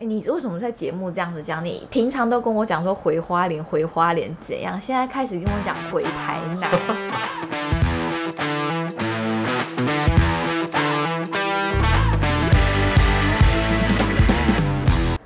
你为什么在节目这样子讲？你平常都跟我讲说回花莲，回花莲怎样？现在开始跟我讲回台南。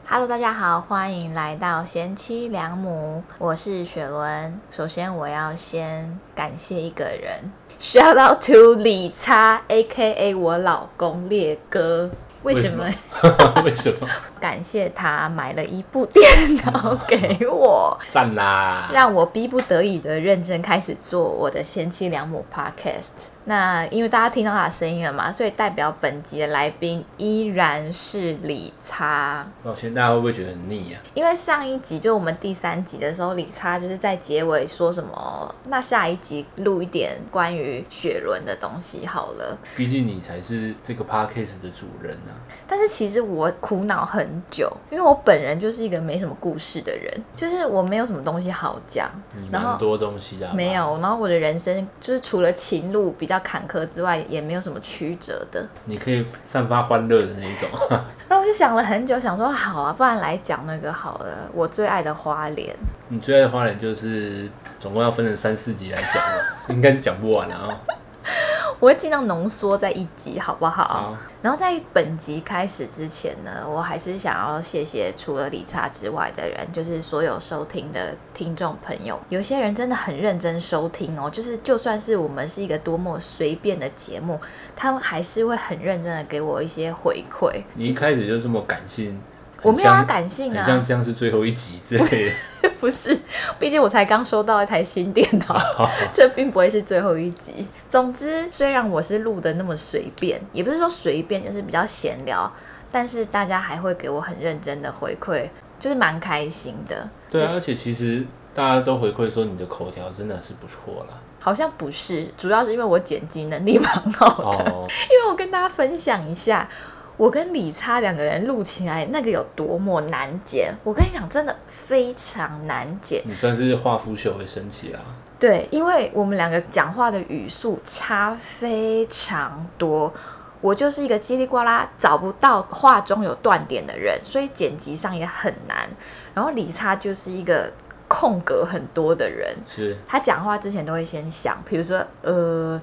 Hello，大家好，欢迎来到贤妻良母，我是雪伦。首先，我要先感谢一个人，Shout out to 李叉，A.K.A 我老公烈哥。为什么？ 为什么？感谢他买了一部电脑 给我，赞啦！让我逼不得已的认真开始做我的贤妻良母 podcast。那因为大家听到他的声音了嘛，所以代表本集的来宾依然是李叉。抱歉，大家会不会觉得很腻啊？因为上一集就我们第三集的时候，李叉就是在结尾说什么，那下一集录一点关于雪伦的东西好了。毕竟你才是这个 podcast 的主人啊。但是其实我苦恼很久，因为我本人就是一个没什么故事的人，就是我没有什么东西好讲你，然蛮后。多东西的、好不好没，有，然后我的人生就是除了情路比较坎坷之外，也没有什么曲折的。你可以散发欢乐的那一种。 然后我就想了很久，想说好啊，不然来讲那个好了，我最爱的花莲。你最爱的花莲就是，总共要分成三四集来 讲了，应该是讲不完啊、我会尽量浓缩在一集，好不好？哦。好，然后在本集开始之前呢，我还是想要谢谢除了理查之外的人，就是所有收听的听众朋友。有些人真的很认真收听哦，就是就算是我们是一个多么随便的节目，他们还是会很认真的给我一些回馈。你一开始就这么感性，我没有要很像感性很啊像，这样是最后一集之 类的。不是，毕竟我才刚收到一台新电 脑。 这并不会是最后一集。总之，虽然我是录的那么随便，也不是说随便，就是比较闲聊，但是大家还会给我很认真的回馈，就是蛮开心的。对啊，而且其实大家都回馈说你的口条真的是不错啦。好像不是，主要是因为我剪辑能力蛮 好的。哦，因为我跟大家分享一下，我跟李差两个人录起来那个有多么难剪。我跟你讲，真的非常难剪。你算是化腐朽为神奇啦。对，因为我们两个讲话的语速差非常多。我就是一个叽里呱啦找不到话中有断点的人，所以剪辑上也很难。然后李差就是一个空格很多的人，是，他讲话之前都会先想，比如说呃，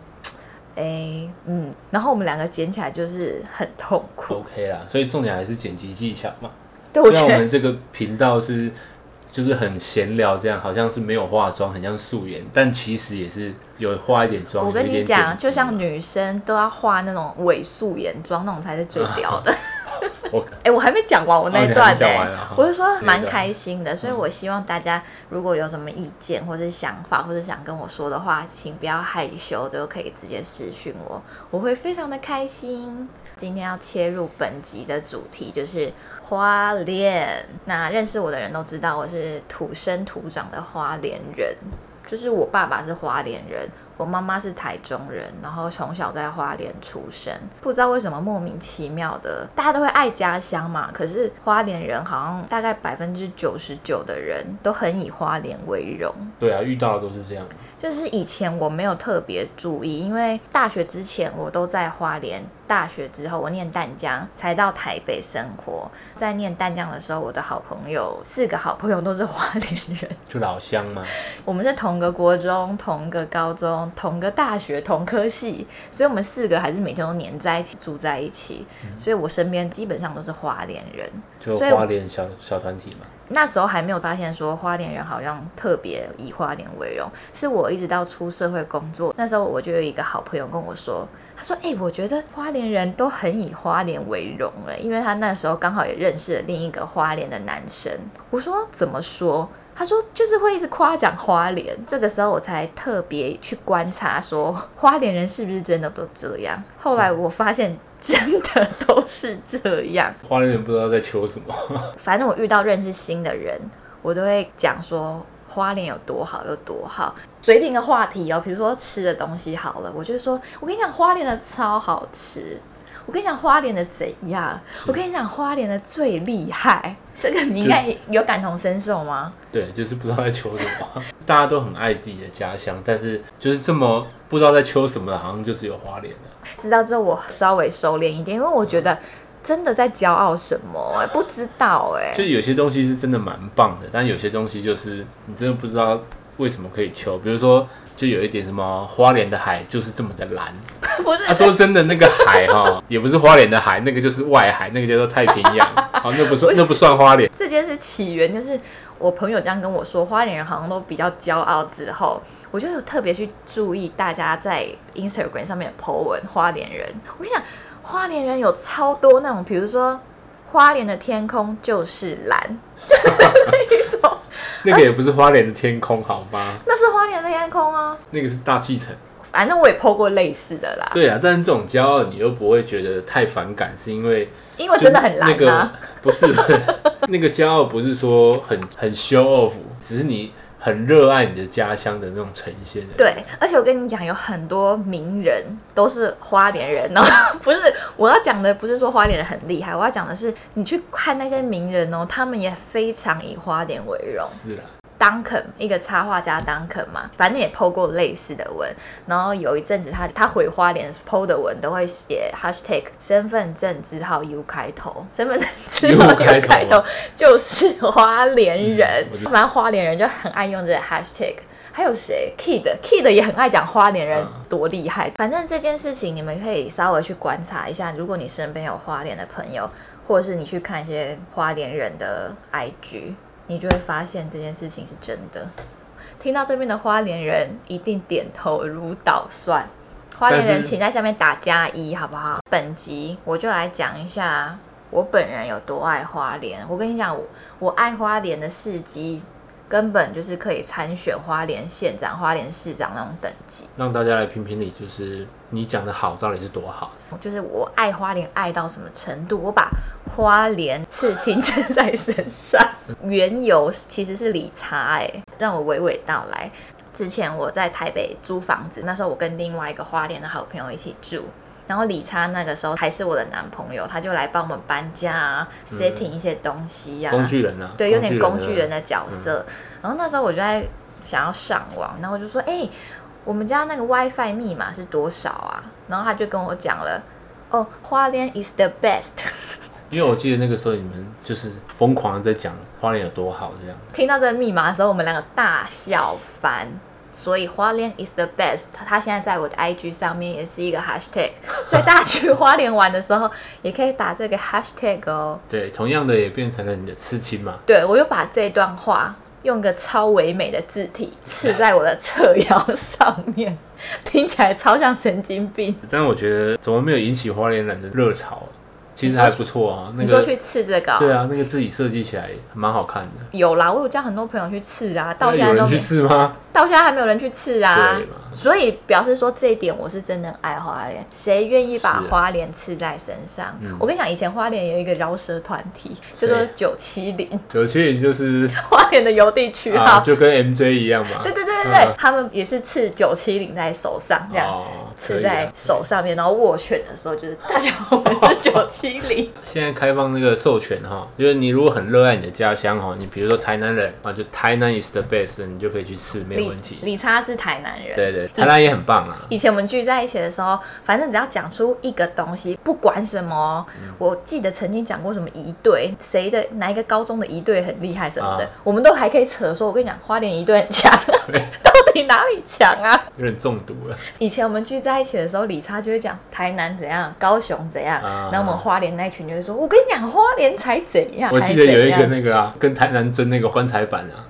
哎，嗯，然后我们两个剪起来就是很痛苦。 OK 啦，所以重点还是剪辑技巧嘛。对，我哦虽觉然我得们这个频道是就是很闲聊，这样好像是没有化妆，很像素颜，但其实也是有化一点妆。我跟有一你点剪辑讲，就像女生都要画那种伪素颜妆，那种才是 最屌的。我哎、我还没讲完我那一段呢、哦你还没讲完啊我是说那嗯一段蛮开心的，所以我希望大家如果有什么意见或者想法，或者想跟我说的话，请不要害羞，都可以直接私讯我，我会非常的开心。今天要切入本集的主题就是花莲。那认识我的人都知道，我是土生土长的花莲人，就是我爸爸是花莲人，我妈妈是台中人，然后从小在花莲出生。不知道为什么莫名其妙的，大家都会爱家乡嘛。可是花莲人好像大概百分之九十九的人都很以花莲为荣。对啊，遇到的都是这样。就是以前我没有特别注意，因为大学之前我都在花莲，大学之后我念淡江，才到台北生活。在念淡江的时候，我的好朋友四个好朋友都是花莲人。就老乡嘛，我们是同个国中、同个高中、同个大学、同科系，所以我们四个还是每天都黏在一起、住在一起。所以我身边基本上都是花莲人。就所以花莲小小团体嘛。那时候还没有发现说花莲人好像特别以花莲为荣，是我一直到出社会工作，那时候我就有一个好朋友跟我说，他说：“哎、我觉得花莲人都很以花莲为荣哎、因为他那时候刚好也认识了另一个花莲的男生。”我说：“怎么说？”他说：“就是会一直夸奖花莲。”这个时候我才特别去观察说花莲人是不是真的都这样。后来我发现真的都是这样。花莲人不知道在求什么，反正我遇到认识新的人，我都会讲说花莲有多好，有多好。随便一个话题哦，比如说吃的东西好了，我就说，我跟你讲，花莲的超好吃。我跟你讲，花莲的怎样？我跟你讲，花莲的最厉害。这个你应该有感同身受吗？对，就是不知道在求什么。 大家都很爱自己的家乡，但是就是这么不知道在求什么的，好像就只有花莲了。知道之后，我稍微收敛一点，因为我觉得真的在骄傲什么、哎，不知道哎、就有些东西是真的蛮棒的，但有些东西就是你真的不知道为什么可以求，比如说。就有一点什么花莲的海就是这么的蓝， 不是他说真的那个海哈、 也不是花莲的海，那个就是外海，那个叫做太平洋，好、那不算那不算花莲，这件事起源就是我朋友这样跟我说，花莲人好像都比较骄傲。之后，我就有特别去注意大家在 Instagram 上面 po 文花莲人。我跟你讲，花莲人有超多那种，比如说花莲的天空就是蓝， 就是那一种，那个也不是花莲的天空好吗？那是花莲的天空哦。那个是大气层。反正我也 po 过类似的啦，对啊，但是这种骄傲你又不会觉得太反感，是因为因哦为真的很蓝就那个啊。不是不是那个骄傲，不是说很很 show off，只是你很热爱你的家乡的那种呈现。对，而且我跟你讲，有很多名人都是花莲人哦。 不是，我要讲的不是说花莲人很厉害，我要讲的是，你去看那些名人哦，他们也非常以花莲为荣。是啦，当肯一个插画家当肯嘛，反正也 PO 过类似的文，然后有一阵子他他回花莲 PO 的文都会写 hashtag 身份证字号 U 开头，身份证字号 U 开 U 头啊开头就是花莲人嗯我，知道反正花莲人就很爱用这个 hashtag。还有谁？Kid，Kid 也很爱讲花莲人嗯多厉害。反正这件事情你们可以稍微去观察一下，如果你身边有花莲的朋友，或者是你去看一些花莲人的 IG，你就会发现这件事情是真的。听到这边的花莲人一定点头如捣蒜。花莲人，但是请在下面打加一，好不好？本集我就来讲一下我本人有多爱花莲。我跟你讲，我我爱花莲的事迹，根本就是可以参选花莲县长、花莲市长那种等级。让大家来评评理，就是你讲的好到底是多好？就是我爱花莲爱到什么程度，我把花莲刺青刺在身 上。缘由其实是理查哎、让我娓娓道来。之前我在台北租房子，那时候我跟另外一个花莲的好朋友一起住。然后理查那个时候还是我的男朋友，他就来帮我们搬家啊、嗯 s e t t i n g 一些东西呀、工具人啊，对，有点工具人的。的嗯角色。然后那时候我就在想要上网，然后我就说：“哎、我们家那个 WiFi 密码是多少啊？”然后他就跟我讲了：“哦，花莲 is the best。 因为我记得那个时候你们就是疯狂的在讲花莲有多好这样。”听到这个密码的时候，我们两个大笑翻。所以花莲 is the best，他现在在我的 IG 上面也是一个 hashtag，所以大家去花莲玩的时候也可以打这个 hashtag 哦。对，同样的也变成了你的刺青嘛。对，我就把这段话用个超唯美的字体刺在我的侧腰上面， 听起来超像神经病。但我觉得怎么没有引起花莲人的热潮、啊其实还不错啊，那你说个去刺这个哦、对啊，那个自己设计起来蛮好看的。有啦，我有叫很多朋友去刺啊，到那现有在都人没去，吃吗？到现在还没有人去刺啊对。嘛？所以表示说这一点我是真的爱花莲，谁愿意把是啊花莲刺在身上？嗯我跟你讲，以前花莲有一个饶舌团体，叫谁做九七零，九七 零就是花莲的邮递区啊，号。就跟 MJ 一样嘛。对对对对对，嗯他们也是刺九七零在手上这样。哦，可刺以在啊。手上面，然后握拳的时候就是 大家好，我们是九七零。现在开放那个授权哈，就是你如果很热爱你的家乡哈，你比如说台南人啊，就台南 is the best，你就可以去吃， 没有李问题。李差是台南人。对对，台南也很棒啊。以前我们聚在一起的时候，反正只要讲出一个东西，不管什么哦，嗯我记得曾经讲过什么一队，谁的哪一个高中的一队很厉害什么的，啊我们都还可以扯说，我跟你讲，花莲一队很强，啊 到底哪里强啊？有点中毒 了。以前我们聚在一起的时候，李差就会讲台南怎样，高雄怎样，啊然后我们花莲那一群就会说，我跟你讲，花莲才怎样，我记才得怎有一个样那个啊，跟台南争那个棺材板啊，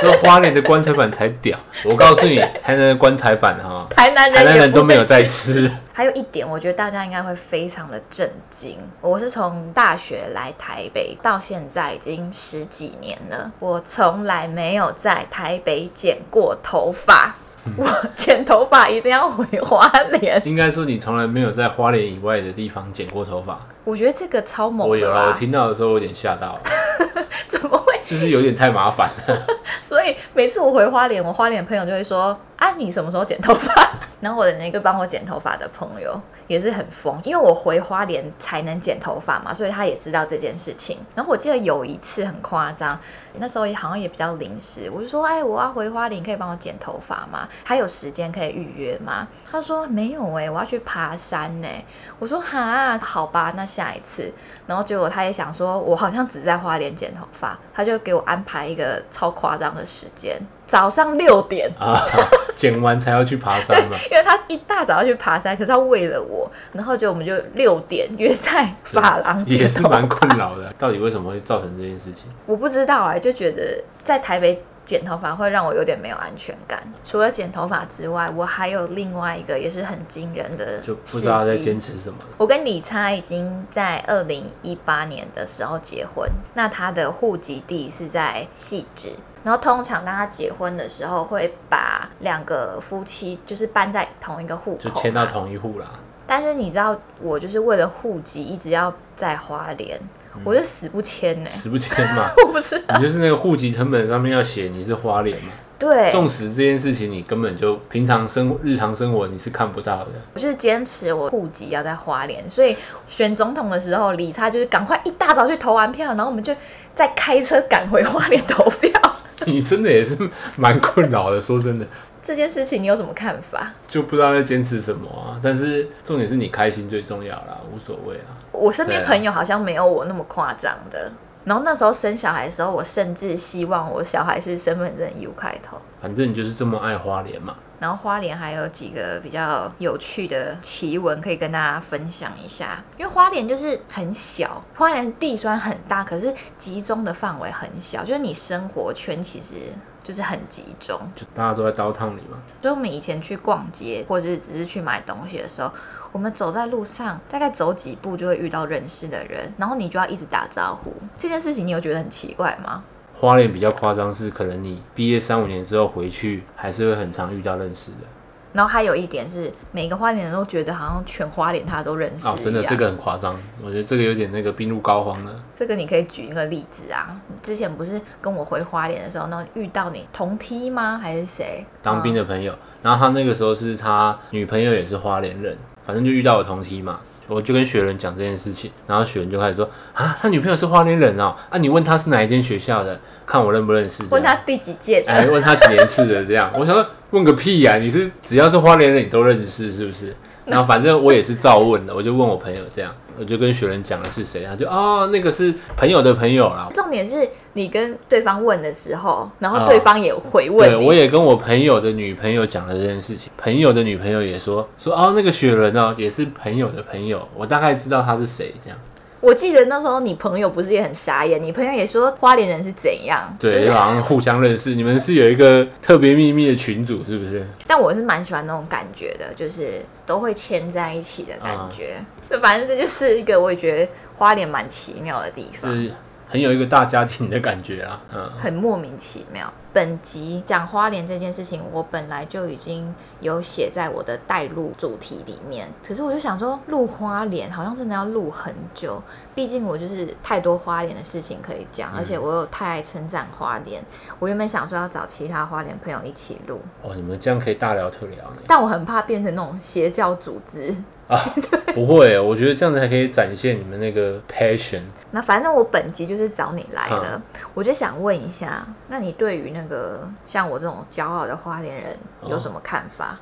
说花莲的棺材板才屌。我告诉你，台南的棺材 板哈，台南人台南也人不都没有会在吃。还有一点，我觉得大家应该会非常的震惊。我是从大学来台北到现在已经十几年了，我从来没有在台北剪过头发。 我剪头发一定要回花莲，应该说你从来没有在花莲以外的地方剪过头发。我觉得这个超猛我有的啊，我啦！听到的时候我有点吓到， 怎么会？就是有点太麻烦了。 所以每次我回花莲，我花莲的朋友就会说：“啊，你什么时候剪头发？” 然后我的那个帮我剪头发的朋友也是很疯，因为我回花莲才能剪头发嘛，所以他也知道这件事情。然后我记得有一次很夸张，那时候也好像也比较临时，我就说：“哎，我要回花莲，你可以帮我剪头发吗？还有时间可以预约吗？”他说：“没有哎、我要去爬山呢、我说：“哈，好吧，那下一次。”然后结果他也想说，我好像只在花莲剪头发，他就给我安排一个超夸张的时间，早上六点。 啊，剪完才要去爬山嘛，因为他一大早要去爬山，可是他为了我，然后就我们就六点约在发廊也剪是头发蛮困扰的。到底为什么会造成这件事情？我不知道哎、就觉得在台北剪头发会让我有点没有安全感。除了剪头发之外，我还有另外一个也是很惊人的就不知道他在事迹坚持什么了。我跟理查已经在二零一八年的时候结婚，那他的户籍地是在汐止。然后通常当他结婚的时候，会把两个夫妻就是搬在同一个户口就嘛，签到同一户啦，但是你知道，我就是为了户籍一直要在花莲，嗯我就死不 签呢、。死不签嘛我不知道，你就是那个户籍成本上面要写你是花莲嘛，对，纵使这件事情你根本就平常生活日常生活你是看不到的， 我就是坚持我户籍要在花莲，所以选总统的时候，理查就是赶快一大早去投完票，然后我们就再开车赶回花莲投票。你真的也是蛮困扰的。说真的，这件事情你有什么看法？就不知道在坚持什么啊。但是重点是你开心最重要啦，无所谓啊。我身边对啊朋友好像没有我那么夸张的。然后那时候生小孩的时候，我甚至希望我小孩是身份证 U 开头。反正你就是这么爱花莲嘛，然后花莲还有几个比较有趣的奇闻可以跟大家分享一下，因为花莲就是很小，花莲地虽然很大，可是集中的范围很小，就是你生活圈其实就是很集中。就大家都在刀烫你嘛。所以我们以前去逛街，或者是只是去买东西的时候，我们走在路上，大概走几步就会遇到认识的人，然后你就要一直打招呼。这件事情你有觉得很奇怪吗？花莲比较夸张是，可能你毕业三五年之后回去，还是会很常遇到认识的。然后还有一点是，每个花莲人都觉得好像全花莲他都认识一样。哦，真的这个很夸张，我觉得这个有点那个病入膏肓了。这个你可以举一个例子啊，你之前不是跟我回花莲的时候，那遇到你同梯吗？还是谁？嗯当兵的、的朋友，然后他那个时候是他女朋友也是花莲人，反正就遇到我同梯嘛，我就跟学仁讲这件事情，然后学仁就开始说啊，他女朋友是花莲人哦，啊，你问他是哪一间学校的，看我认不认识，问他这样，第几届的，哎，问他几年次的这样，我想说问个屁呀、你是只要是花莲人你都认识是不是？然后反正我也是照问的，我就问我朋友这样，我就跟学仁讲的是谁，他就哦那个是朋友的朋友啦，重点是你跟对方问的时候，然后哦对方也回问对，你，我也跟我朋友的女朋友讲了这件事情，朋友的女朋友也说说哦，那个雪人哦，也是朋友的朋友，我大概知道他是谁这样。我记得那时候你朋友不是也很傻眼，你朋友也说花莲人是怎样，对，就就是好像互相认识。你们是有一个特别秘密的群组，是不是？但我是蛮喜欢那种感觉的，就是都会牵在一起的感觉。对，反正这就是一个我也觉得花莲蛮奇妙的地就方。是很有一个大家庭的感觉啊。嗯，很莫名其妙。本集讲花莲这件事情，我本来就已经有写在我的带路主题里面，可是我就想说，录花莲好像真的要录很久，毕竟我就是太多花莲的事情可以讲，而且我又太爱称赞花莲。我原本想说要找其他花莲朋友一起录，哦，你们这样可以大聊特聊呢。但我很怕变成那种邪教组织。啊， 不会，我觉得这样才可以展现你们那个 passion。那反正我本集就是找你来的，嗯我就想问一下，那你对于那个像我这种骄傲的花莲人有什么看法？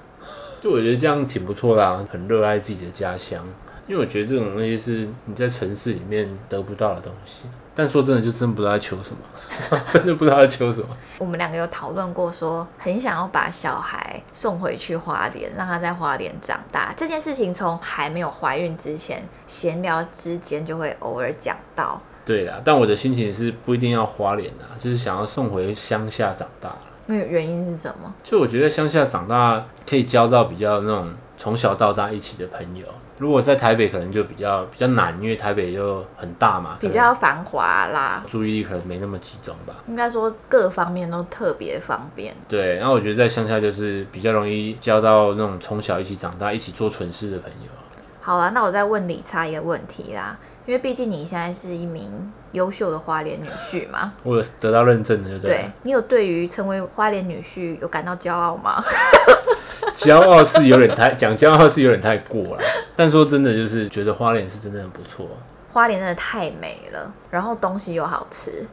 就我觉得这样挺不错的、啊，很热爱自己的家乡。因为我觉得这种东西是你在城市里面得不到的东西。但说真的，就真不知道在求什么， 真的不知道在求什么。我们两个有讨论过说很想要把小孩送回去花莲，让他在花莲长大。这件事情从还没有怀孕之前，闲聊之间就会偶尔讲到。对啦，但我的心情是不一定要花脸啊，就是想要送回乡下长大。那个原因是什么？就我觉得乡下长大可以交到比较那种从小到大一起的朋友。如果在台北可能就比较比较难，因为台北就很大嘛，比可能较繁华啦，注意力可能没那么集中吧。应该说各方面都特别方便。对，然后我觉得在乡下就是比较容易交到那种从小一起长大、一起做蠢事的朋友。啊好啦，那我再问理查一个问题啦，因为毕竟你现在是一名优秀的花莲女婿嘛，我有得到认证的，对不对你有对于成为花莲女婿有感到骄傲吗？ 对？骄傲是有点太讲骄傲是有点太过了，但说真的，就是觉得花莲是真的很不错、花莲真的太美了，然后东西又好吃，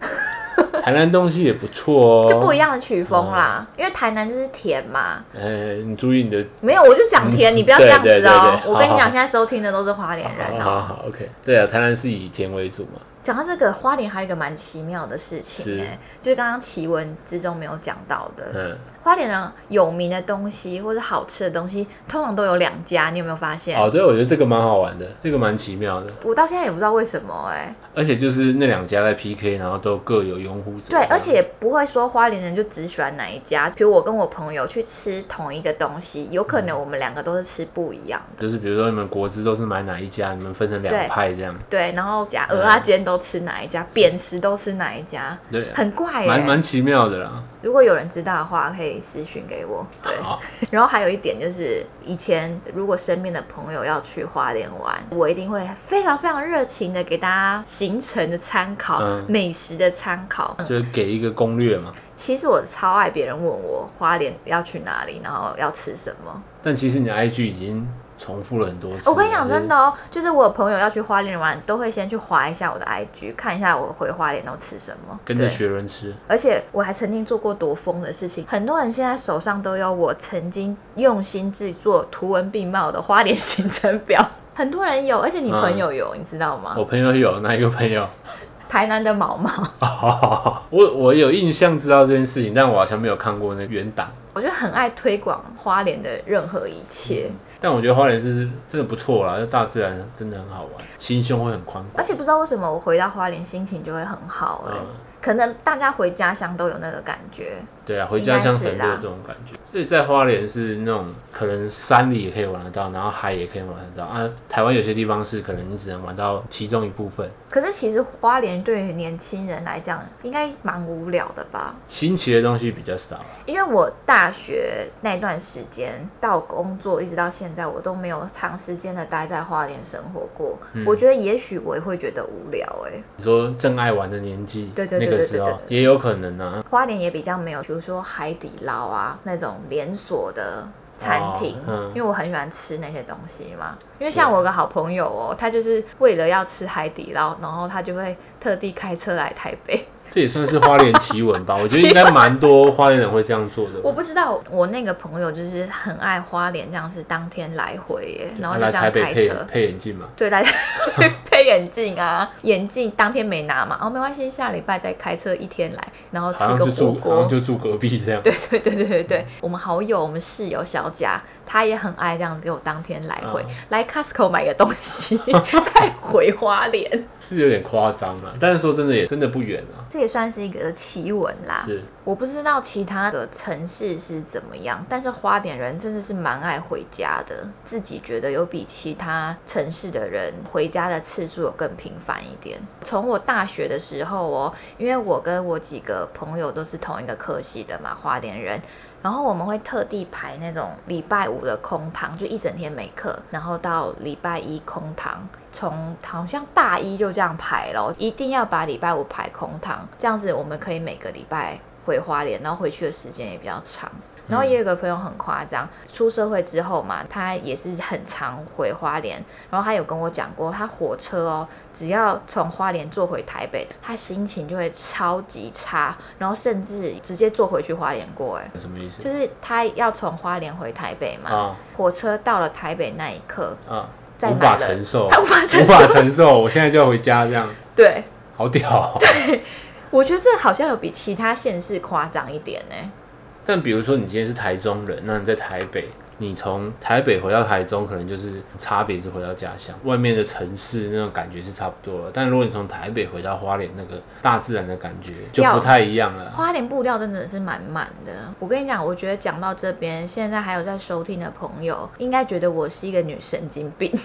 台南东西也不错哦、哦就不一样的曲风啦。因为台南就是甜嘛，呃，你注意你的，没有我就讲甜，你不要这样子嗯对对哦对。对我跟你好好讲，现在收听的都是花莲人好哦。好好，OK，对啊，台南是以甜为主嘛，讲到这个花莲，还有一个蛮奇妙的事情是哎、就是刚刚奇闻之中没有讲到的，嗯，花莲人有名的东西或者好吃的东西，通常都有两家，你有没有发现？哦，对，我觉得这个蛮好玩的，这个蛮奇妙的，我到现在也不知道为什么哎、而且就是那两家在 PK，然后都各有拥护者，对，而且也不会说花莲人就只喜欢哪一家。比如我跟我朋友去吃同一个东西，有可能我们两个都是吃不一样的。就是比如说你们果汁都是买哪一家，你们分成两对派这样，对，然后夹鹅啊煎都吃哪一家，扁食都吃哪一家，嗯对啊，很怪耶、蛮蛮奇妙的啦。如果有人知道的话，可以私讯给我。对，好，然后还有一点就是，以前如果身边的朋友要去花莲玩，我一定会非常非常热情的给大家行程的参考、嗯美食的参考。嗯就是给一个攻略嘛。其实我超爱别人问我花莲要去哪里，然后要吃什么。但其实你的 IG 已经重复了很多次了。我跟你讲就是真的，哦，就是我有朋友要去花莲玩，都会先去划一下我的 IG，看一下我回花莲都吃什么。跟着对学人吃，而且我还曾经做过多疯的事情，很多人现在手上都有我曾经用心制作、图文并茂的花莲行程表。 很多人有，而且你朋友有，你知道吗？我朋友有哪一个朋友？ 台南的毛毛，我我有印象知道这件事情，但我好像没有看过那个原档。我就很爱推广花莲的任何一切，但我觉得花莲是真的不错啦，就大自然真的很好玩，心胸会很宽而广。且不知道为什么我回到花莲心情就会很好哎、嗯可能大家回家乡都有那个感觉，对啊，回家乡应该很是多啦这种感觉。所以在花莲是那种可能山里也可以玩得到，然后海也可以玩得到啊。台湾有些地方是可能你只能玩到其中一部分。可是其实花莲对于年轻人来讲，应该蛮无聊的吧？新奇的东西比较少，因为我大学那段时间到工作一直到现在，我都没有长时间的待在花莲生活过。嗯我觉得也许我也会觉得无聊哎、你说正爱玩的年纪，对对对那个时对对候对也有可能啊。花莲也比较没有，比如说海底捞啊那种连锁的餐厅，哦嗯因为我很喜欢吃那些东西嘛。因为像我有个好朋友哦，他就是为了要吃海底捞，然后他就会特地开车来台北。这也算是花莲奇闻吧，我觉得 应该蛮多花莲人会这样做的。我不知道，我那个朋友就是很爱花莲，这样是当天来回耶，然后就来这台样北开配车。配眼镜嘛，对，大家 配眼镜啊，眼镜当天没拿嘛，哦，没关系，下礼拜再开车一天来，然后吃好像个就火住好锅像。就住隔壁这样。对对对对对对，我们好友，我们室友小贾，他也很爱这样子给我当天来回，嗯来 Costco 买个东 西，再回花莲，是有点夸张啊，但是说真的也真的不远啊。这也算是一个奇闻啦。是，我不知道其他的城市是怎么样，但是花莲人真的是蛮爱回家的，自己觉得有比其他城市的人回家的次数有更频繁一点。从我大学的时候哦，因为我跟我几个朋友都是同一个科系的嘛，花莲人。然后我们会特地排那种礼拜五的空堂，就一整天没课，然后到礼拜一空堂，从好像大一就这样排咯，一定要把礼拜五排空堂，这样子我们可以每个礼拜回花莲，然后回去的时间也比较长。然后也有一个朋友很夸张，出社会之后嘛，他也是很常回花莲，然后他有跟我讲过，他火车哦，只要从花莲坐回台北，他心情就会超级差，然后甚至直接坐回去花莲过，哎，什么意思？就是他要从花莲回台北嘛，啊火车到了台北那一刻，啊，再无买法了承 受，他无法承受承受我现在就要回家这样，对好屌哦、我觉得这好像有比其他县市夸张一点呢、但比如说你今天是台中人，那你在台北，你从台北回到台中，可能就是差别是回到家乡，外面的城市那种感觉是差不多了。但如果你从台北回到花莲，那个大自然的感觉就不太一样了。花莲步调真的是满满的。我跟你讲，我觉得讲到这边，现在还有在收听的朋友，应该觉得我是一个女神经病。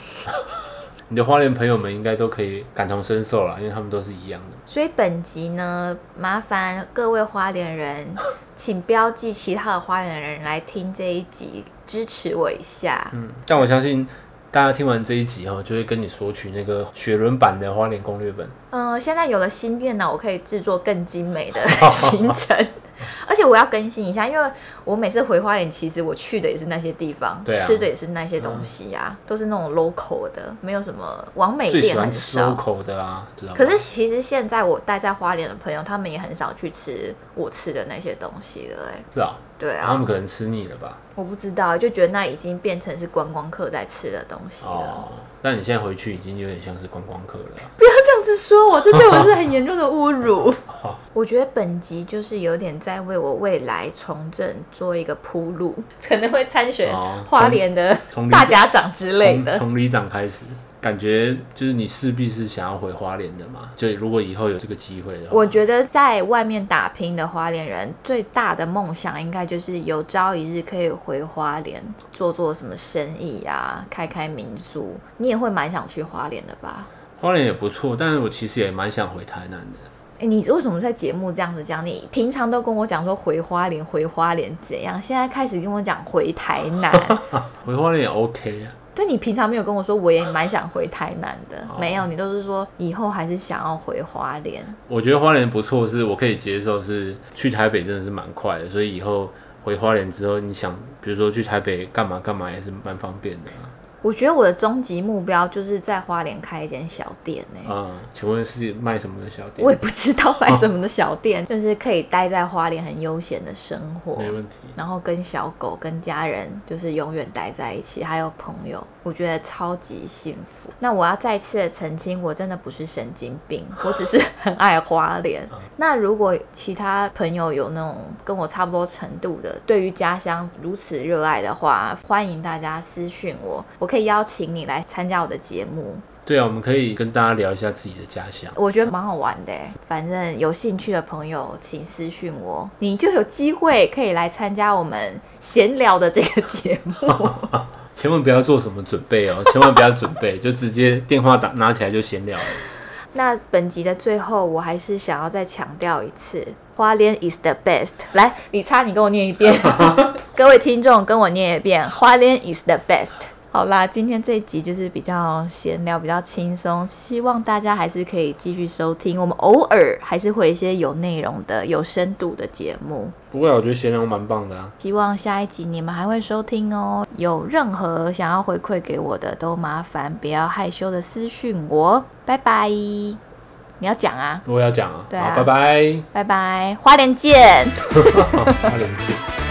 你的花莲朋友们应该都可以感同身受啦，因为他们都是一样的。所以本集呢，麻烦各位花莲人，请标记其他的花莲人来听这一集，支持我一下。嗯，但我相信大家听完这一集后，就会跟你索取那个雪伦版的花莲攻略本。 嗯、现在有了新电脑，我可以制作更精美的行程。而且我要更新一下，因为我每次回花莲，其实我去的也是那些地方，对啊嗯吃的也是那些东西啊，都是那种 local 的，没有什么完美最喜店欢很吃少。口的啊，知道吗哎可是其实现在我待在花莲的朋友，他们也很少去吃我吃的那些东西了、欸，是啊，对然后他啊，们可能吃腻了吧？我不知道，就觉得那已经变成是观光客在吃的东西了。哦，但你现在回去已经有点像是观光客了啊。不要这样子说我，这对我是很严重的侮 辱。我觉得本集就是有点在为我未来从政做一个铺路，可能会参选哦花莲的从大家长之类从的。从里长开始，感觉就是你势必是想要回花莲的嘛。就如果以后有这个机会的话，我觉得在外面打拼的花莲人，最大的梦想应该就是有朝一日可以回花莲做做什么生意啊，开开民宿。你也会蛮想去花莲的吧？花莲也不错，但是我其实也蛮想回台南的。哎，你为什么在节目这样子讲？你平常都跟我讲说回花莲，回花莲怎样？现在开始跟我讲回台 南，回花莲也 OK 啊，对你平常没有跟我说，我也蛮想回台南的哦。没有，你都是说以后还是想要回花莲。我觉得花莲不错，是我可以接受，是去台北真的是蛮快的，所以以后回花莲之后，你想比如说去台北干嘛干嘛也是蛮方便的啊。我觉得我的终极目标就是在花莲开一间小店呢、嗯，请问是卖什么的小店我？也不知道 哦买什么的小店，就是可以待在花莲很悠闲的生活，没问题。然后跟小狗、跟家人就是永远待在一起，还有朋友，我觉得超级幸福。那我要再次的澄清，我真的不是神经病，我只是 很爱花莲。那如果其他朋友有那种跟我差不多程度的，对于家乡如此热爱的话，欢迎大家私讯我，我可以邀请你来参加我的节目。对啊，我们可以跟大家聊一下自己的家乡。我觉得蛮好玩的欸，反正有兴趣的朋友请私讯我，你就有机会可以来参加我们闲聊的这个节目。千万不要做什么准备哦， 千万不要准备，就直接电话打拿起来就闲聊了。那本集的最后，我还是想要再强调一次，花莲 is the best。来，李差，你跟我念一遍，各位听众跟我念一遍，花莲 is the best。好啦，今天这一集就是比较闲聊，比较轻松，希望大家还是可以继续收听。我们偶尔还是会有一些有内容的、有深度的节目。不过啊我觉得闲聊蛮棒的啊。希望下一集你们还会收听哦。有任何想要回馈给我的，都麻烦不要害羞的私讯我。拜拜，你要讲啊，我要讲啊，对啊好，拜拜，拜拜，花莲见。花莲见。